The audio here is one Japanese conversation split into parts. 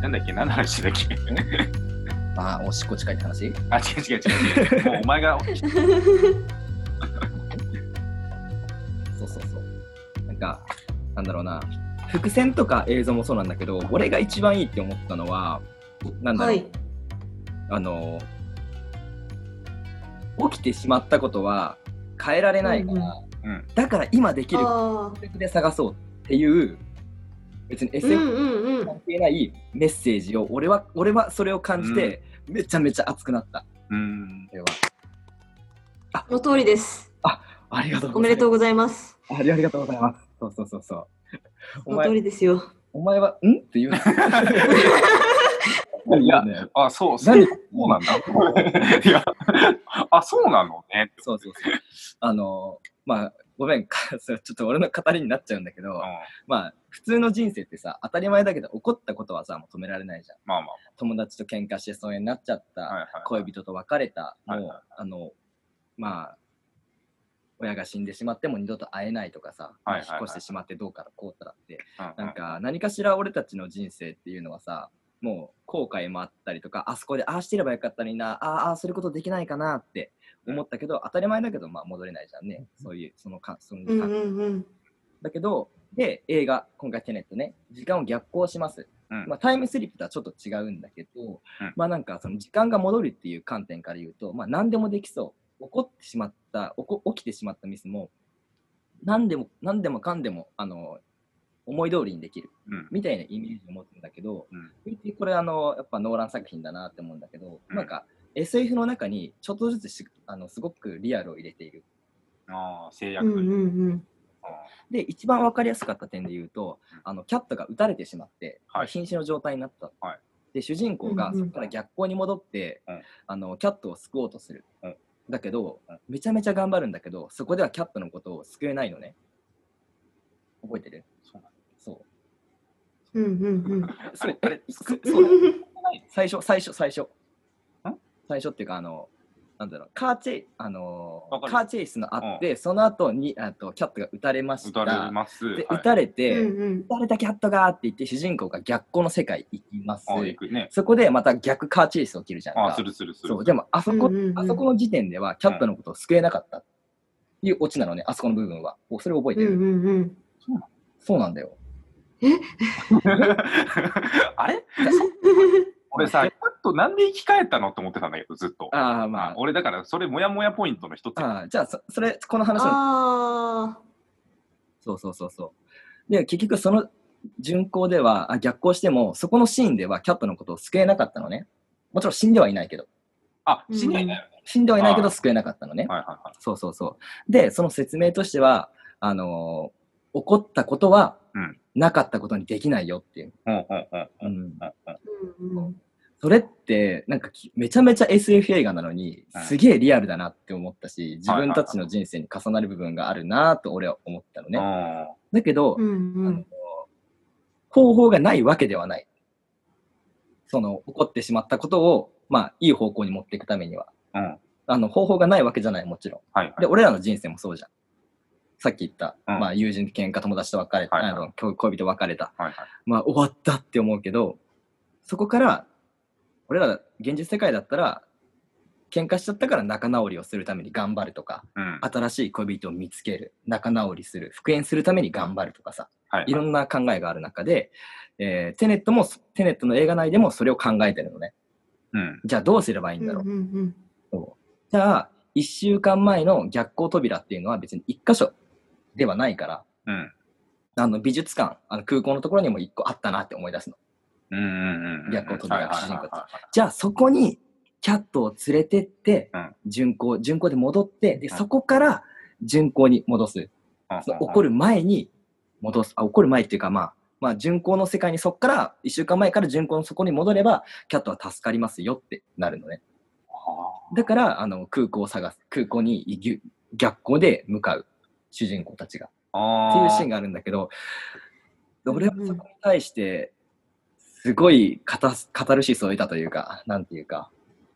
なんだっけ何の話だっけ まあ、おしっこ近いって話あ、違う 違う違う違う。もうお前が、そうそうそう。なんか、なんだろうな、伏線とか映像もそうなんだけど、俺が一番いいって思ったのは、なんだろはう、い。あの、起きてしまったことは変えられないから、うんうんだから今できるあ全力で探そうっていう、別にあ。うん SF うんうん関。係ないメッセージを、俺は、俺はそれを感じて、めちゃめちゃ熱くなった。うん、これはの通りです。ありがとうおござめいまですとう。ございます。ありありがとうございます。そうそうそうそう。おその通前りですよ。お前はんって言うの。 いやね、あ、そう、そう 何そうなんだ。いや、あ、そうなのね。そうそうそう。あのまあごめんか、それちょっと俺の語りになっちゃうんだけど、うん、まあ普通の人生ってさ当たり前だけど怒ったことはさもう止められないじゃん。まあまあま友達と喧嘩して疎遠になっちゃった、あ。はいはい。恋人と別れた、もう、はいはいあのまあ親が死んでしまっても二度と会えないとかさ、はいはいはい引っ越してしまってどうからこうたらってうんなんか何かしら俺たちの人生っていうのはさもう後悔もあったりとかあそこでああしてればよかったのになあーあーすることできないかなって思ったけど当たり前だけどまあ戻れないじゃんねそういうそのかそのうんう感んうん。だけどで映画今回テネットね時間を逆行します、うんまあ、タイムスリップとはちょっと違うんだけど、んまあなんかその時間が戻るっていう観点から言うと、まあ、何でもできそう起こってしまった起こ起きてしまったミスも何でも何でもかんでもあの思い通りにできるうんみたいなイメージを持つんだけど、うんこれあのやっぱノーラン作品だなって思うんだけど、うんなんか SF の中にちょっとずつしあのすごくリアルを入れているあー制う約。んうんで一番分かりやすかった点で言うとあのキャットが撃たれてしまって、はい瀕死の状態になった、はいで主人公がうんうんそこから逆光に戻って、うんあのキャットを救おうとする、うんだけど、うんめちゃめちゃ頑張るんだけどそこではキャットのことを救えないのね覚えてるそうなんそううん。うんうんうん。あれあれえ救そうだよ最初最初最初最初っていうかあのなんだろうカーチェイあのわかるカーチェイスのあって、その後にあとキャットが撃たれまし撃たたれます。で、はい撃たれて、うんうん撃たれたキャットがーって言って主人公が逆光の世界行きますあ、行くね。そこでまた逆カーチェイスを切るじゃんあ、かするするする。 そうでもあそこ、うんうんうんあそこの時点ではキャットのことを救えなかったっていうオチなのねあそこの部分はおそれ覚えてうる、んうんうん。そうなんだよあれ俺さ、キャットなんで生き返ったのって思ってたんだけど、ずっと。 あまあまああ、俺だから、それもやもやポイントの一つ。あーじゃあそそれこの話のああ。そうそうそうそうで結局その巡航ではあ逆行してもそこのシーンではキャットのことを救えなかったのねもちろん死んではいないけどあ、死にはいないよね。死んではいないけどあー救えなかったのねはいはいはい。そうそうそう。で、その説明としては、あのー起こったことはうんなかったことにできないよっていう。うんうんうんうんううんんうん。うんうん。それって、なんかきめちゃめちゃ SF 映画なのにうん、すげえリアルだなって思ったし、自分たちの人生に重なる部分があるなと俺は思ったのね。あだけどう、んうん。方法がないわけではない。その、起こってしまったことを、まあ、いい方向に持っていくためには。ーうん。あの、方法がないわけじゃない、もちろん。はいはで、い。俺らの人生もそうじゃん。さっき言った、うんまあ、友人と喧嘩、友達と別れた、はいはいあの恋恋人と別れた、はいはい。まあ、終わったって思うけど、そこから、俺ら現実世界だったら、喧嘩しちゃったから仲直りをするために頑張るとか、うん。新しい恋人を見つける、仲直りする、復縁するために頑張るとかさ、はいいろんな考えがある中で、えーテネットも、テネットの映画内でもそれを考えてるのね。うん。じゃあどうすればいいんだろううんうんじゃあ、1週間前の逆光扉っていうのは別に1箇所ではないから、うん。あの美術館、あの空港のところにも1個あったなって思い出すの。うんうんうん。逆を取り合うはいは主人公いはいはいじゃあ、そこにキャットを連れてってうん、巡航、巡航で戻って、で、うんそこから巡航に戻す。うんうんその起こる前に戻す。あ、起こる前っていうか、まあ、まあ、巡航の世界にそこから、1週間前から巡航のそこに戻れば、キャットは助かりますよってなるのね。あだからあの空港を探す空港にぎゅ逆行で向かう主人公たちがーっていうシーンがあるんだけどうん俺はそこに対してすごいカタスカタルシスを得たというかなんていうか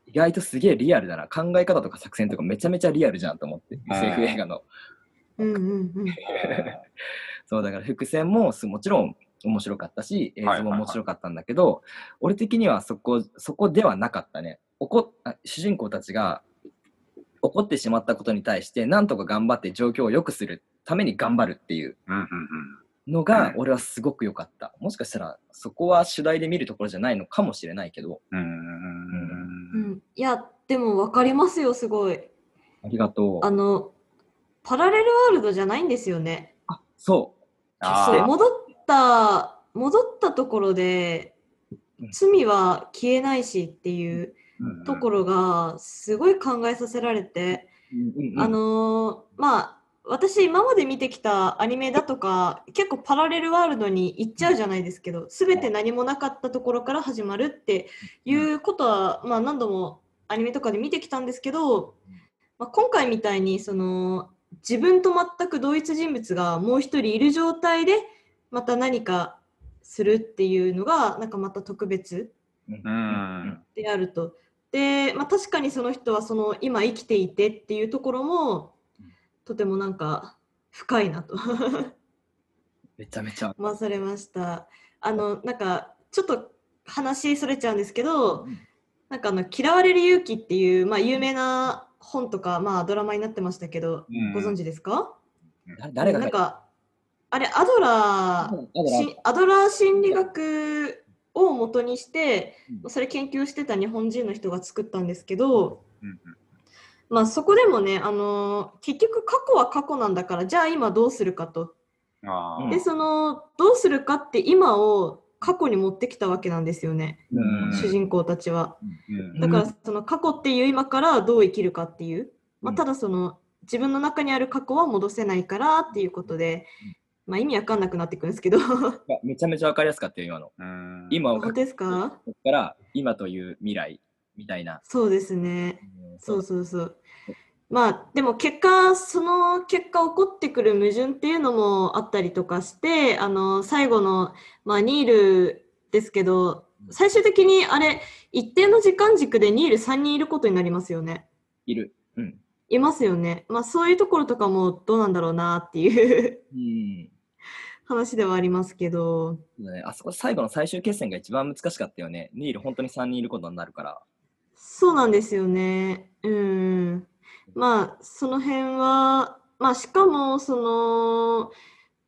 意外とすげえリアルだな考え方とか作戦とかめちゃめちゃリアルじゃんと思ってん SF 映画のうんうんうんそうだから伏線もすもちろん面白かったし、映はい像も面白かったんだけど、俺的にはそこ、そこではなかったね。怒っあ主人公たちが怒ってしまったことに対して、なんとか頑張って状況を良くするために頑張るっていううんうんのうがん、俺はすごく良かった。もしかしたら、そこは主題で見るところじゃないのかもしれないけど、うん。うー。うんん、いやでも分かりますよすごいありがとう。あのパラレルワールドじゃないんですよねあそう。あそうー戻った戻ったところでうん罪は消えないしっていううんところがすごい考えさせられて、うんあのーまあ私今まで見てきたアニメだとか結構パラレルワールドに行っちゃうじゃないですけど全て何もなかったところから始まるっていうことは、まあ、何度もアニメとかで見てきたんですけど、まあ、今回みたいにその自分と全く同一人物がもう一人いる状態でまた何かするっていうのがなんかまた特別うんうん。であると。で、まあ、確かにその人はその今生きていてっていうところもとてもなんか深いなと めちゃめちゃ。思わされました。あのなんかちょっと話それちゃうんですけどなんかあの「嫌われる勇気」っていう、まあ、有名な本とか、まあ、ドラマになってましたけど、うんご存知ですかだ誰がな書んいたかあれアドラー、うんだからしアドラー心理学を元にしてうんそれ研究してた日本人の人が作ったんですけど、うんまあ、そこでもね、あのー結局過去は過去なんだからじゃあ今どうするかとあーうんでそのどうするかって今を過去に持ってきたわけなんですよね、うん主人公たちは。うんだかうらその過去っていう今からどう生きるかっていう、まうあ、んただその自分の中にある過去は戻せないからっていうことで、まあ、意味わかんなくなってくるんですけど 本いやめちゃめちゃわかりやすかったよ、今の。うん今を当書くですかここから、今という未来みたいな。そうですねうんそうそうそうまあでも結果その結果起こってくる矛盾っていうのもあったりとかしてあの最後の、まあ、ニールですけど最終的にあれ一定の時間軸でニール3人いることになりますよね。いる。うん。いますよね。まあそういうところとかもどうなんだろうなっていう うん話ではありますけど、そうだねあそこ最後の最終決戦が一番難しかったよね。ニール、本当に3人いることになるから。そうなんですよね。うん。まあその辺は、まあしかもその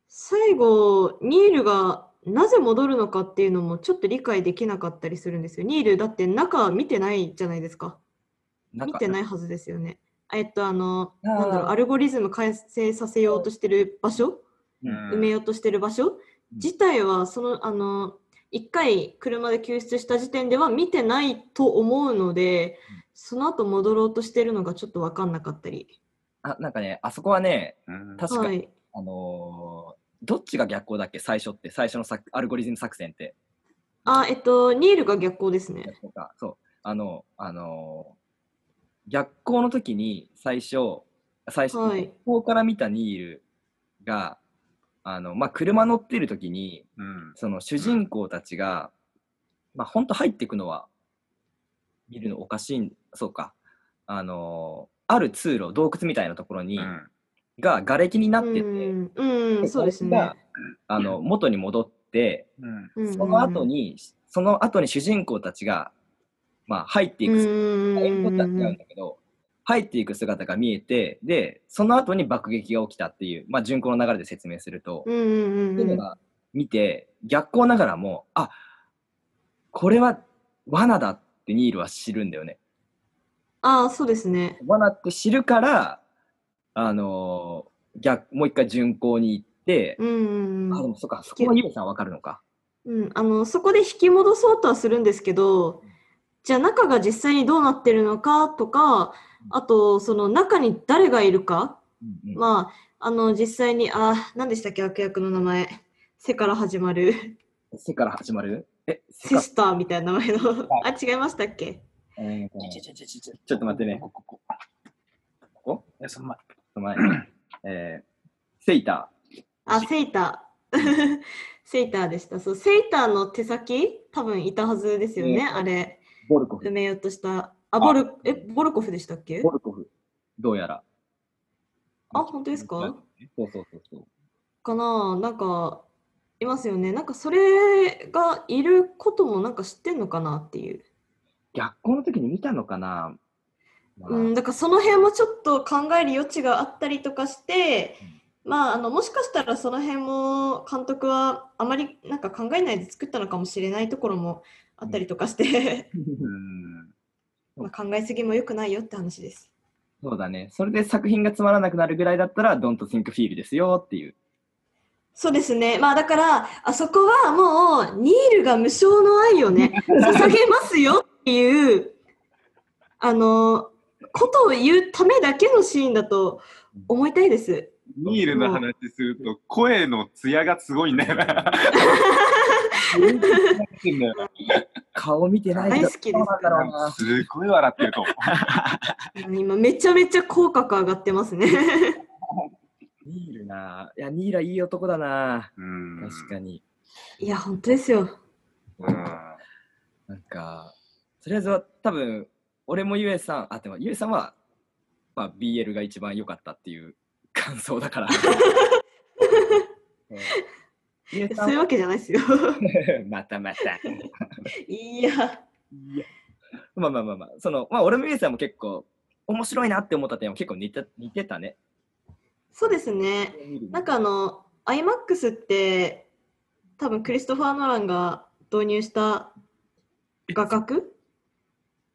最後ニールがなぜ戻るのかっていうのもちょっと理解できなかったりするんですよ。ニールだって中見てないじゃないですか。な見てないいはずですよね。えっとあのあーなんだろうアルゴリズム改正させようとしてる場所埋めようとしてる場所自体はそのあの1回車で救出した時点では見てないと思うのでその後戻ろうとしてるのがちょっと分かんなかったり、あ、なんかね、あそこはね、うん確かはに、い、あのーどっちが逆行だっけ最初って、最初のさアルゴリズム作戦って。あえっとニールが逆光ですね逆行か。そう。あの、あのー逆行の時に最初、最初、はい逆行から見たニールが、あの、まあ、車乗ってる時に、うんその主人公たちが、まあ、本当入っていくのは見るのおかしいんそうかあのーある通路洞窟みたいなところに、うんが瓦礫になうってて、ん、うん、でそうですね瓦礫があの元に戻ってうんうんその後に、その後に主人公たちが、まあ、入っていく姿うん入ることは違うんだけど入っていく姿が見えてでその後に爆撃が起きたっていう、まあ、順行の流れで説明すると、うんうんっていうのが見て逆光ながらもあこれは罠だってニールは知るんだよねああそうですね罠って知るからあのー逆もう一回巡行に行って、うんうんあうでんもそっかそこはゆうさんわかるのかうん、あのそこで引き戻そうとはするんですけどじゃあ中が実際にどうなってるのかとかあとその中に誰がいるかうんうんまああの実際にあ何でしたっけ悪役の名前「せ」から始まる背から始まるえ「背シかスター」みたいな名前のあ違いましたっけえーちょちょちょちょちょちょっと待ってねここここここいやその前ちょっと前えー、セイタあセイター セイターでしたそうセイターの手先多分いたはずですよね、ねあれーボルコフ埋めようとしたあボルえボルコフでしたっけボルコフどうやらあ本当ですかそうそうそうそうかななんかいますよね。なんかそれがいることもなんか知ってんのかなっていう。逆光の時に見たのかな、まあうん、だからその辺もちょっと考える余地があったりとかして、まあ、あのもしかしたらその辺も監督はあまりなんか考えないで作ったのかもしれないところもあったりとかして、うん。 まあ考えすぎも良くないよって話です。そうだね。それで作品がつまらなくなるぐらいだったら、Don't Think Feel ですよっていう。そうですね。まあだから、あそこはもう、ニールが無償の愛をね、捧げますよっていう、あの、ことを言うためだけのシーンだと思いたいです。ニールの話すると、声の艶がすごいんだよな。顔見てないけど大好きですそうなんだろうな。すごい笑ってると思う。今、めちゃめちゃ口角上がってますね。ニールな。いや、ニールはいい男だな。うん確かに。いや、本当ですよ。うんなんか、とりあえずは多分、俺もゆえさん、あ、でもゆえさんは、まあ、BL が一番良かったっていう 感想だ から。うんゆえさ、そういうんわけじゃないですよ。 またまた。いや、まあまあまあまあ、その、まあ俺もゆえさんも結構、面白いなって思った点は結構似て似てたね。そうですね。なんかあの、IMAX って、多分クリストファー・ノランが導入した画角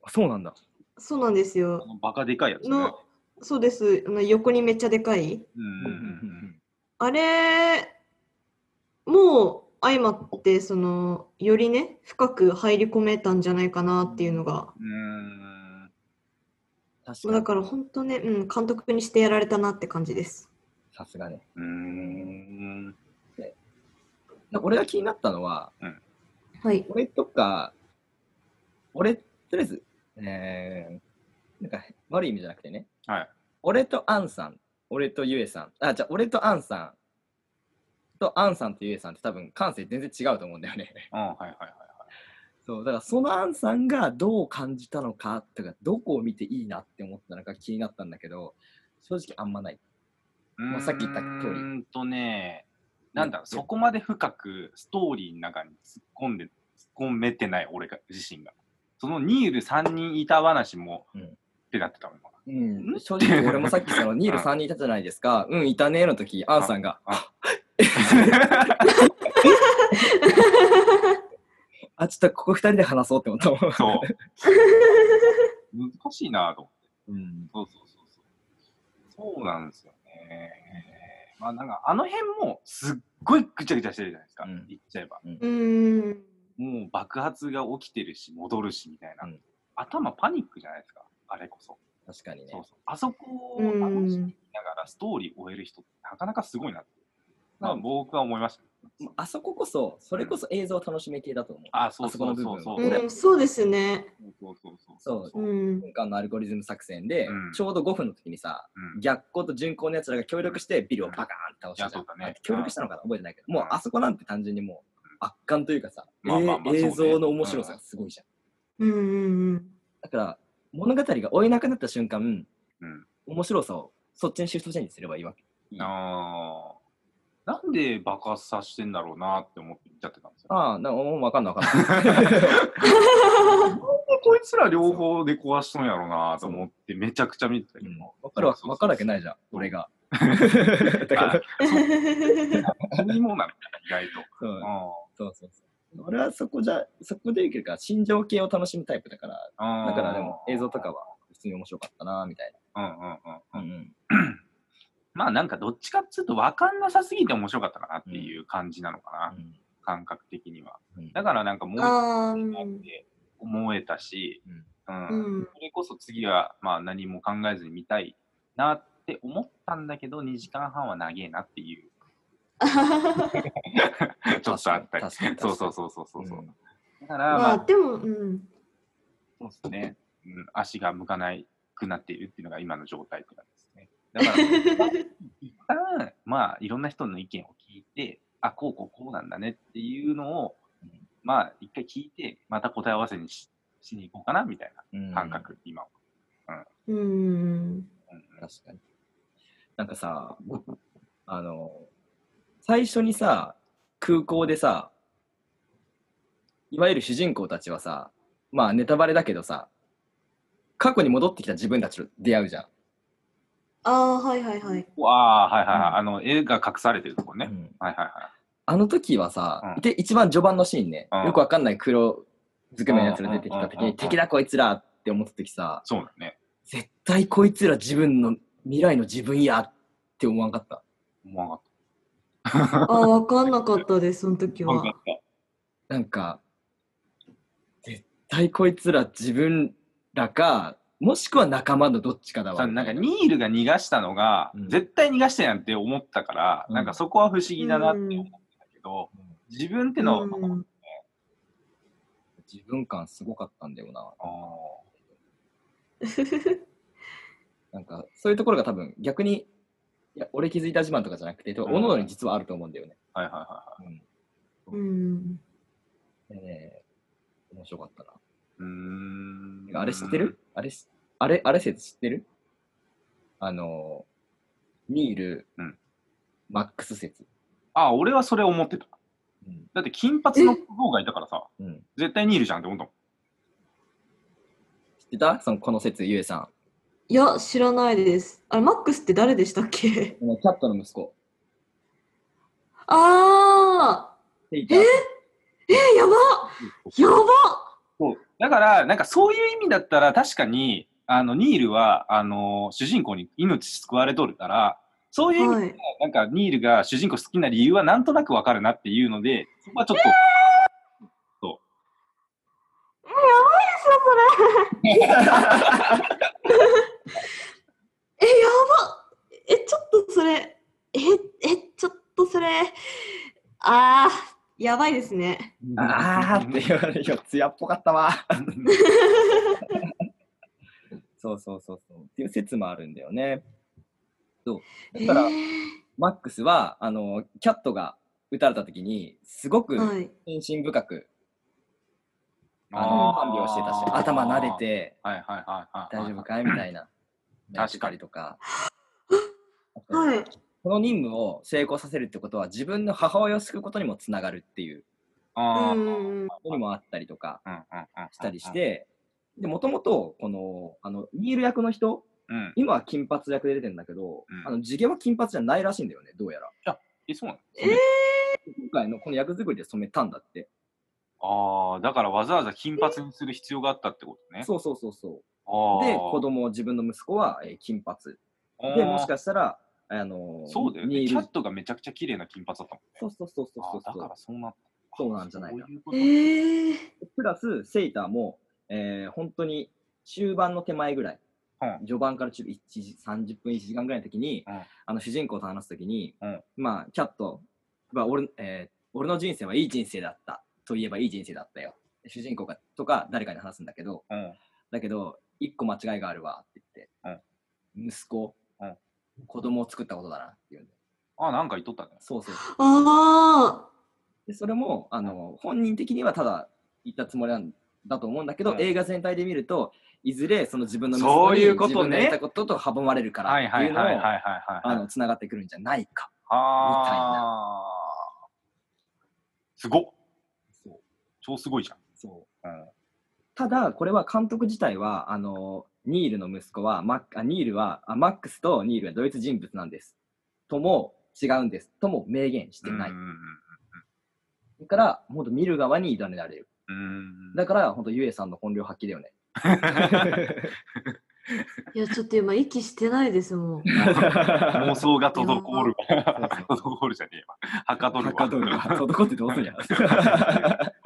あそうなんだ。そうなんですよあ。のバカでかいやつね。のそうですあの横にめっちゃでかいうん。あれもう相まってそのよりね深く入り込めたんじゃないかなっていうのがうん。確だかからに。本当ね、うん、監督にしてやられたなって感じですさすがね。うん。なんか俺が気になったのは、はい俺とか、俺、とりあえず、えー、なんか悪い意味じゃなくてね、はい。俺とアンさん、俺とゆえさん、あ、じゃあ俺とアンさんとアンさんとゆえさんって多分感性全然違うと思うんだよね。 うん、はいはいはい。そう、だからそのアンさんがどう感じたのかとか、どこを見ていいなって思ったのか気になったんだけど、正直あんまない。まあさっき言った通りうーんとね、なんだろう、そこまで深くストーリーの中に突っ込んで、突っ込めてない、俺が自身が。そのニール3人いた話も、うんってなってたもん。 うん、正直俺もさっきそのニール3人いたじゃないですか、うん、いたねーの時、アンさんが、あ、ちょっとここ2人で話そうって思ったもん。 そう。難しいなぁと思って。 うんそうそうそうそう。そうなんですよね。まあなんか、あの辺もすっごいぐちゃぐちゃしてるじゃないですか、うん言っちゃえば。うーんもう爆発が起きてるし、戻るしみたいな。うん頭パニックじゃないですか、あれこそ。確かにねそう。そうあそこをう楽しみんながらストーリーを終える人ってなかなかすごいなって、ままあ、あ僕は思いましたね。あそここそ、それこそ映像楽しみ系だと思う。あ、そうあそこそのう部そ分うそう。んうんそうですねそうそうそうそうううんん瞬間のアルゴリズム作戦で、うんちょうど5分の時にさ、逆光と順光のやつらが協力してビルをバカーンって倒したじゃいんやそうだねあ協力したのかな覚えてないけど、もううんあそこなんて単純にもう圧巻というかさ、まあまあまあえーそうね映像の面白さがすごいじゃん。うんうん うんだから、物語が追えなくなった瞬間、うん面白さをそっちにシフトチェンジすればいいわけ。あーなんで爆発させてんだろうなって思って見ちゃってたんですよ。ああ、なんかもうわかんないわかんない。こいつら両方で壊しとんやろうなと思ってめちゃくちゃ見てたけど。。わかるわわかるわけないいじゃん、俺が。 だから、何もなの意外と。そううそうそうそう。俺はそこじゃ、そこでいけるから、心情系を楽しむタイプだから、んだからでも映像と。かは普通に面白かったな、みたいうんうんうんうな。ん。ん。まあなんかどっちかっつうと分かんなさすぎて面白かったかなっていう感じなのかな、感覚的には。うんだからなんかもう一回あやっーて思えたし、うんうんそれこそ次はまあ何も考えずに見たいなって思ったんだけど、2時間半は長えなっていう、ちょっとあったり。確かに確かに確かそにうそうそうそうそう。ううんだから、ままああ、でもうんそうですね、うん。足が向かないくなっているっていうのが今の状態って感じですね。だから、一旦、まあ、いろんな人の意見を聞いて、あ、こうこうこうなんだねっていうのを、まあ、一回聞いて、また答え合わせにししに行こうかなみたいうんな感覚、今は。うんうん確かに。なんかさ、あの、最初にさ、空港でさ、いわゆる主人公たちはさ、まあネタバレだけどさ、過去に戻ってきた自分たちと出会うじゃん。ああー、はいはいはい。わあ、はいはいはい。あの、絵が隠されてるとこね。うんはいはいはあの時はさ、うんで一番序盤のシーンね、うんよくわかんない黒ずくめのやつが出てきたう時んうんうんうに、ん敵だこいつらって思った時さい。、そうだね。絶対こいつら自分の未来の自分やって思わんかった。思わなかっああ、わかんなかったです、その時た。思わなはか。った。なんか、絶対こいつら自分らか、もしくは仲間のどっちかだわ。さなんかニールが逃がしたのが、うん絶対逃がしたやんって思ったから、うんなんかそこは不思議だなって思ったけど、うん自分ってうのは、ん、自分感すごかったんだよな。あなんか、そういうところが多分逆に、いや、俺気づいた自慢とかじゃなくて、多分うん各々に実はあると思うんだよね。ーはいはいはうん。うん、でね、面白かったな。い。うーんてかあれ知ってるあれし、あれ、あれ説知ってるあの、ニール、うんマックス説。あ、俺はそれ思ってた。うん。だって金髪の小僧がいたからさ、うん、絶対ニールじゃんって思ったもん。知ってたその、この説、ゆえさん。いや、知らないです。あれ、マックスって誰でしたっ けこのキャットの息子。ああ、テイターえー、やばやばそうだから、なんかそういう意味だったら、確かに、あの、ニールは、あの主人公に命救われとるから、そういう意味で、はい。なんかニールが主人公好きな理由はなんとなくわかるなっていうので、そこはちょっと、え、やばえ、ちょっとそれ、え、え、ちょっとそれ、あー、やばいですね。あー って言われるよ。艶っぽかったわ。そうそうそうそう。っていう説もあるんだよね。そう。だから、えマックスは、あの、キャットが撃たれた時に、すごくーはい。心身深く、あの、あ看病してたし、ー頭撫で、て、はいはいはいはい。大丈夫かいみたいな。確かにとか。 はい。この任務を成功させるってことは、自分の母親を救うことにもつながるっていうあーううんんうんうんうん。ことにもあったりとか、うんうんしたりし、て、で、もともと、この、あの、ニール役の人、うん、今は金髪役で出てるんだけど、うんあの、次元は金髪じゃないらしいんだよね、どうやら。えそうなのえー今回のこの役作りで染めたんだって。ああ、だからわざわざ金髪にする必要があったってことね。そうそうそうそう。あーで、子供、自分の息子は、えー金髪。あーで、もしかしたら、あのーそうだよね。ニキャーッル。トがめちゃくちゃ綺麗な金髪だったもんね。そうそうそうそうあそうーだからそうなった。そうなんじゃないかそううこえとー、プラス、セイターも、えー本当に中盤の手前ぐらい、うん序盤から中1時30分、1時間ぐらいの時に、うんあの主人公と話す時に、うんまあ、キャットは俺,、えー俺の人生はいい人生だったといえばいい人生だったよ。主人公がとか誰かに話すんだけど、うん。だけど、一個間違いがあるわって言って、息子、うん子供を作ったことだなって言うんだよあ、なんか言っとったね。そうそうそうあでそれもあの本人的にはただ言ったつもりなんだと思うんだけど、うん映画全体で見るといずれその自分の息そ子うにいう自ことね分のやったことと阻まれるからはいってはいいうのはいはいはいをはあい。の繋がってくるんじゃないかあみたいーすごっそう超すごいじゃん。そううんただこれは監督自体はあのニールの息子はマッあニールはあマックスとニールは同一人物なんですとも違うんですとも明言してない、うんうんだから本当見る側に委ねられるうん。だから本当ゆえさんの本領発揮だ よね ー。いや、ちょっと今、息してないですもん。妄想が滞 るわ。そう滞るじゃねえわ。 はかどるわ。高取る わ。滞ってどうすんや。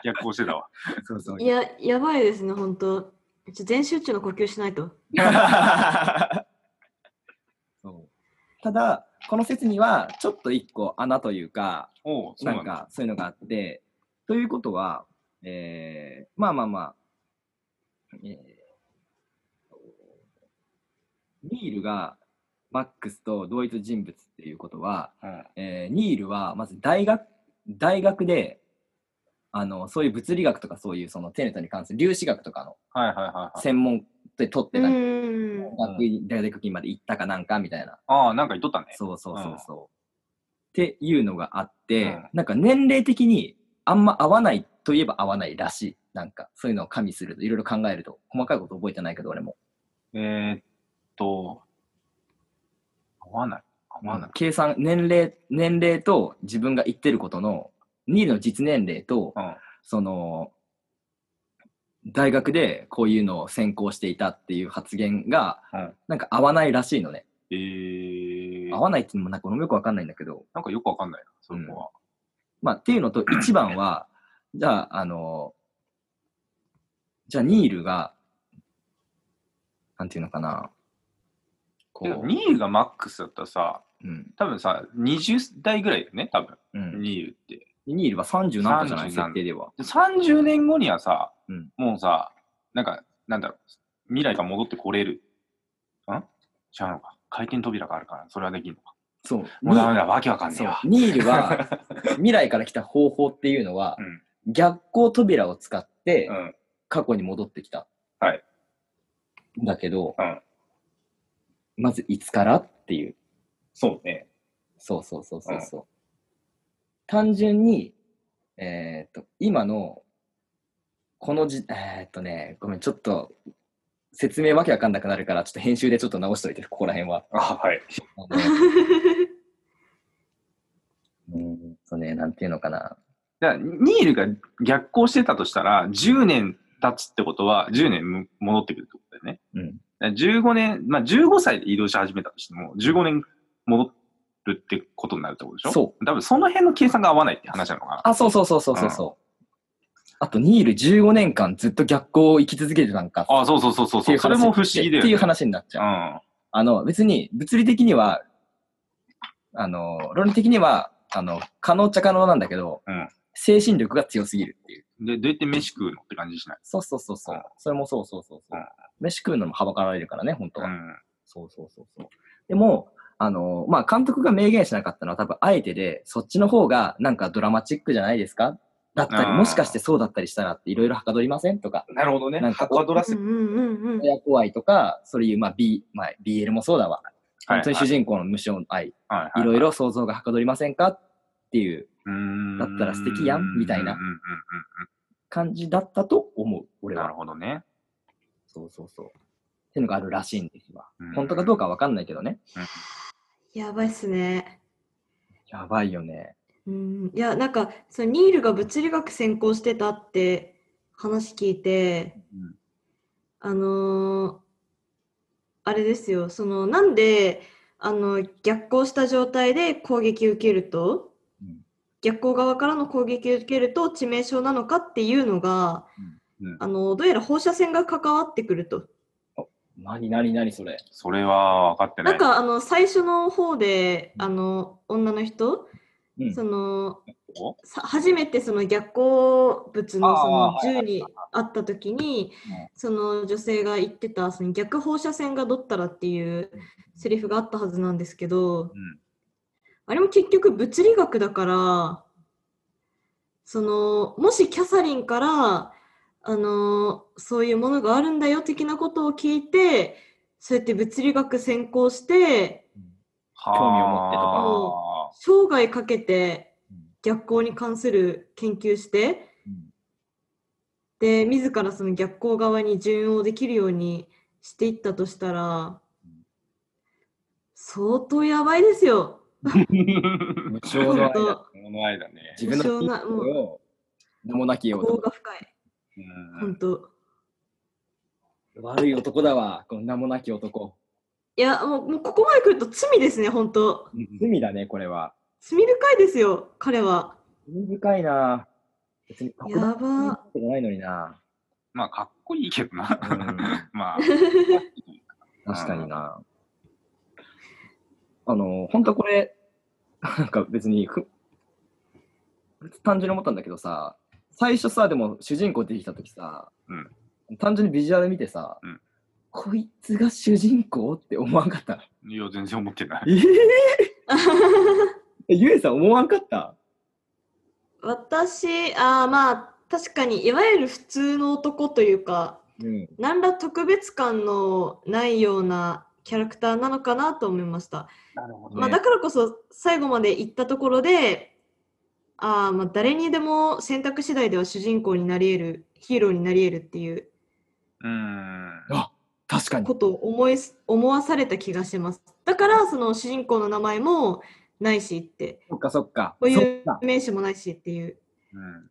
逆行してたわ。そうそうい。や、やばいですね、本当ちょ全集中の呼吸しないと。 そうただ、この説には、ちょっと一個穴というか、おう、そうななんんだ。かそういうのがあって、ということは、えー、まあまあまあ、えー、ニールがマックスと同一人物っていうことは、うんえーニールはまず大学大学であのそういう物理学とかそういうそのテネットに関する粒子学とかのはいはいはいはい。専門で取っうてたり、ーん。学位大学院まで行ったかなんかみたいな、ああ、なんか言っとったね。そうそうそうそう、っていうのがあって、うんなんか年齢的にあんま合わないといえば合わないらしい。なんか、そういうのを加味すると、いろいろ考えると、細かいこと覚えてないけど、俺も。えー、っと、合わない。合わない。計算、年齢、年齢と自分が言ってることの、2の実年齢と、うん。その、大学でこういうのを専攻していたっていう発言が、うんなんか合わないらしいのね。えー、合わないっていうのもなんか俺もよくわかんないんだけど、なんかよくわかんないな、そこは。まあ、っていうのと、一番は、じゃあ、あの、じゃあ、ニールが、なんていうのかな、こてかう、ニールがマックスだったらさ、うん、多分さ、20代ぐらいだよね、多分、うん。ニールって。ニールは30何個じゃな30ないん設定では。で30年後にはさ、うんもうさ、なんか、なんだろう、未来が戻ってこれる。ん違うのか。回転扉があるから、それはできるのか。そう。もうダメニーだ、わけわかんねえわ。そうニールは、未来から来た方法っていうのはう、ん。逆光扉を使ってう、ん。過去に戻ってきた。はい。だけど、うんまずいつからっていう。そうね。そうそうそうそうそう。単純に、えーっと、今の、このじ、えーっとね、ごめん、ちょっと、説明わけわかんなくなるから、ちょっと編集でちょっと直しといて、ここら辺は。あ、はい。あのうーんとね、なんていうのかな。だからニールが逆行してたとしたら、10年経つってことは、10年む戻ってくるってことだよね。うん。だから15年、まあ15歳で移動し始めたとしても、15年戻るってことになるってことでしょ。そう多分その辺の計算が合わないって話なのかな。あ、そうそうそうそうそうそう。あと、ニール15年間ずっと逆光を生き続けてたんか。あそうそうそうそうそう。それも不思議だよ、ね。っていう話になっちゃう。あの、別に、物理的には、あの、論理的には、あの、可能っちゃ可能なんだけど、うん精神力が強すぎるっていう。うん。で、どうやって飯食うのって感じしない。そうそうそうそう。うんそれもそうそうそうそう。うん飯食うのもはばかられるからね、本当うは。ん。そうそうそうそう。でも、あの、まあ、監督が明言しなかったのは多分、あえてで、そっちの方がなんかドラマチックじゃないですかだったり、あーもしかしてそうだったりしたらっていろいろはかどりませんとか、なるほどねなんかこうはかどら うんうんうんうん親子愛とか、そういう、まあ、B、まあ、BL もそうだわ。本当に主人公の無償の愛いろいろ想像がはかどりませんかっていうだったら素敵やんみたいなうんうんうんうん感じだったと思う、う俺ん。なるは。ほどね。そうそうそう。っていうのがあるらしいんですわ。うん本当かどうかわかんないけどね。やばいっすね。やばいよね。うん、いや、なんか、そのニールが物理学専攻してたって話聞いて、うんあのーあれですよ、その、なんで、あの、逆行した状態で攻撃受けるとうん、逆行側からの攻撃受けると致命傷なのかっていうのが、うんうんあの、どうやら放射線が関わってくると。なになになにそれ。それは分かってな。ないんか、あの、最初の方で、あの、女の人、うんその、おさ初めてその逆光物のそのあーはい銃にあった時にうんその女性が言ってたその逆放射線がどったらっていうセリフがあったはずなんですけどうんあれも結局物理学だからそのもしキャサリンからあのそういうものがあるんだよ的なことを聞いてそうやって物理学専攻して興味を持ってとか生涯かけてうん逆光に関する研究して。うんで自らその逆光側に順応できるようにしていったとしたらうん相当やばいですよ。 無か。償の本愛 だ。この間当ね。自分無の償な心を名もなき業男。が深い。うん本当。悪い男だわ。この名もなき男。いやもうもうここまで来ると罪ですね本当。罪だね、これは。罪深いですよ彼は。罪深いな別にやばじゃないのになまあ、かっこいいけどな。 まあ、確かにな。あの、本当これ、なんか別にふ、単純に思ったんだけどさ、最初さ、でも主人公出てきたときさ、単純にビジュアル見てさ、うんこいつが主人公って思わんかった。いや、全然思ってない。 ええゆえさん思わんかった 私あーまあ確かにいわゆる普通の男というかうん。何ら特別感のないようなキャラクターなのかなと思いました。なるほどまあ、だからこそ最後まで行ったところであーまあ誰にでも選択次第では主人公になり得るヒーローになり得るっていううーん。あ確かにことを思いす思わされた気がしますだからその主人公の名前もないしってそっかそっかこうそいっうか名詞もないしっていううん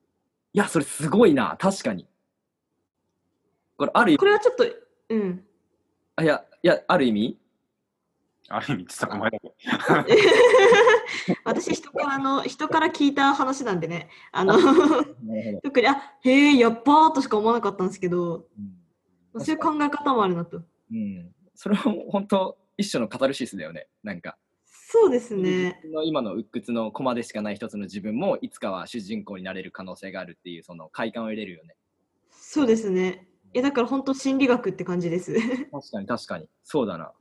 いやそれすごいな確かにこれある意こ味れはちょっと うんあいやいやある意味ある意味、実はお前だけ。私人からの人から聞いた話なんでねあのなるほど、特にあへえやっばーとしか思わなかったんですけどうんそういう考え方もあるなとうん、それは本当一種のカタルシスだよねなんかそうですね自分の今の鬱屈の駒でしかない一つの自分もいつかは主人公になれる可能性があるっていうその快感を得れるよねそうですね。いやだから本当心理学って感じです。確かに確かにそうだな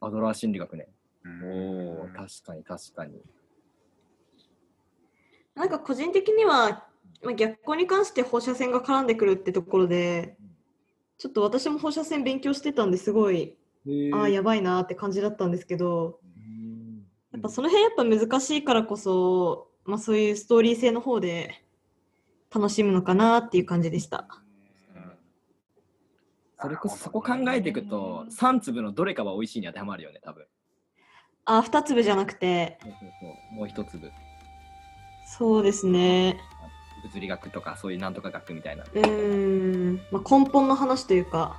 アドラー心理学ねうんおおうん確かに確かに なんか個人的にはまあ逆光に関して放射線が絡んでくるってところで、ちょっと私も放射線勉強してたんですごい、ああやばいなーって感じだったんですけど、やっぱその辺やっぱ難しいからこそ、まあそういうストーリー性の方で楽しむのかなっていう感じでした。それこそそこ考えていくと3粒のどれかは美味しいに当てはまるよね多分あー二粒じゃなくて、そうそうそうもう一粒そうですね。物理学とかそういうなんとか学みたいなうーん、まあ根本の話というか。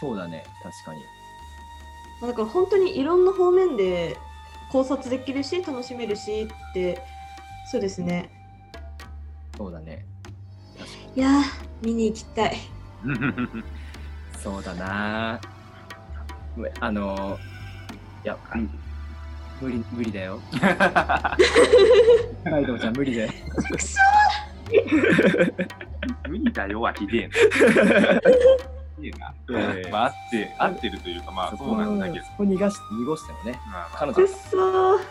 そうだね確かにまあだから本当にいろんな方面で考察できるし楽しめるしってそうですねそうだね確かにいやー見に行きたいそうだなむあのいやうん無理無理だ よライドウちゃん無理だよ無理だよはひでえな。ひでええな。えまあ、あって、合ってるというか、まあ、そうなんだけどそ。こ逃がし濁してもねまあまあ彼女くもうっそ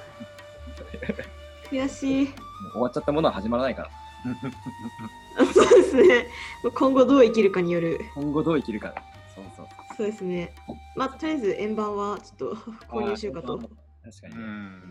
ー悔しい終わっちゃったものは始まらないからそうですね今後どう生きるかによる今後どう生きるかそうそうそうですねまあとりあえず円盤はちょっと購入しようかと確かにうねん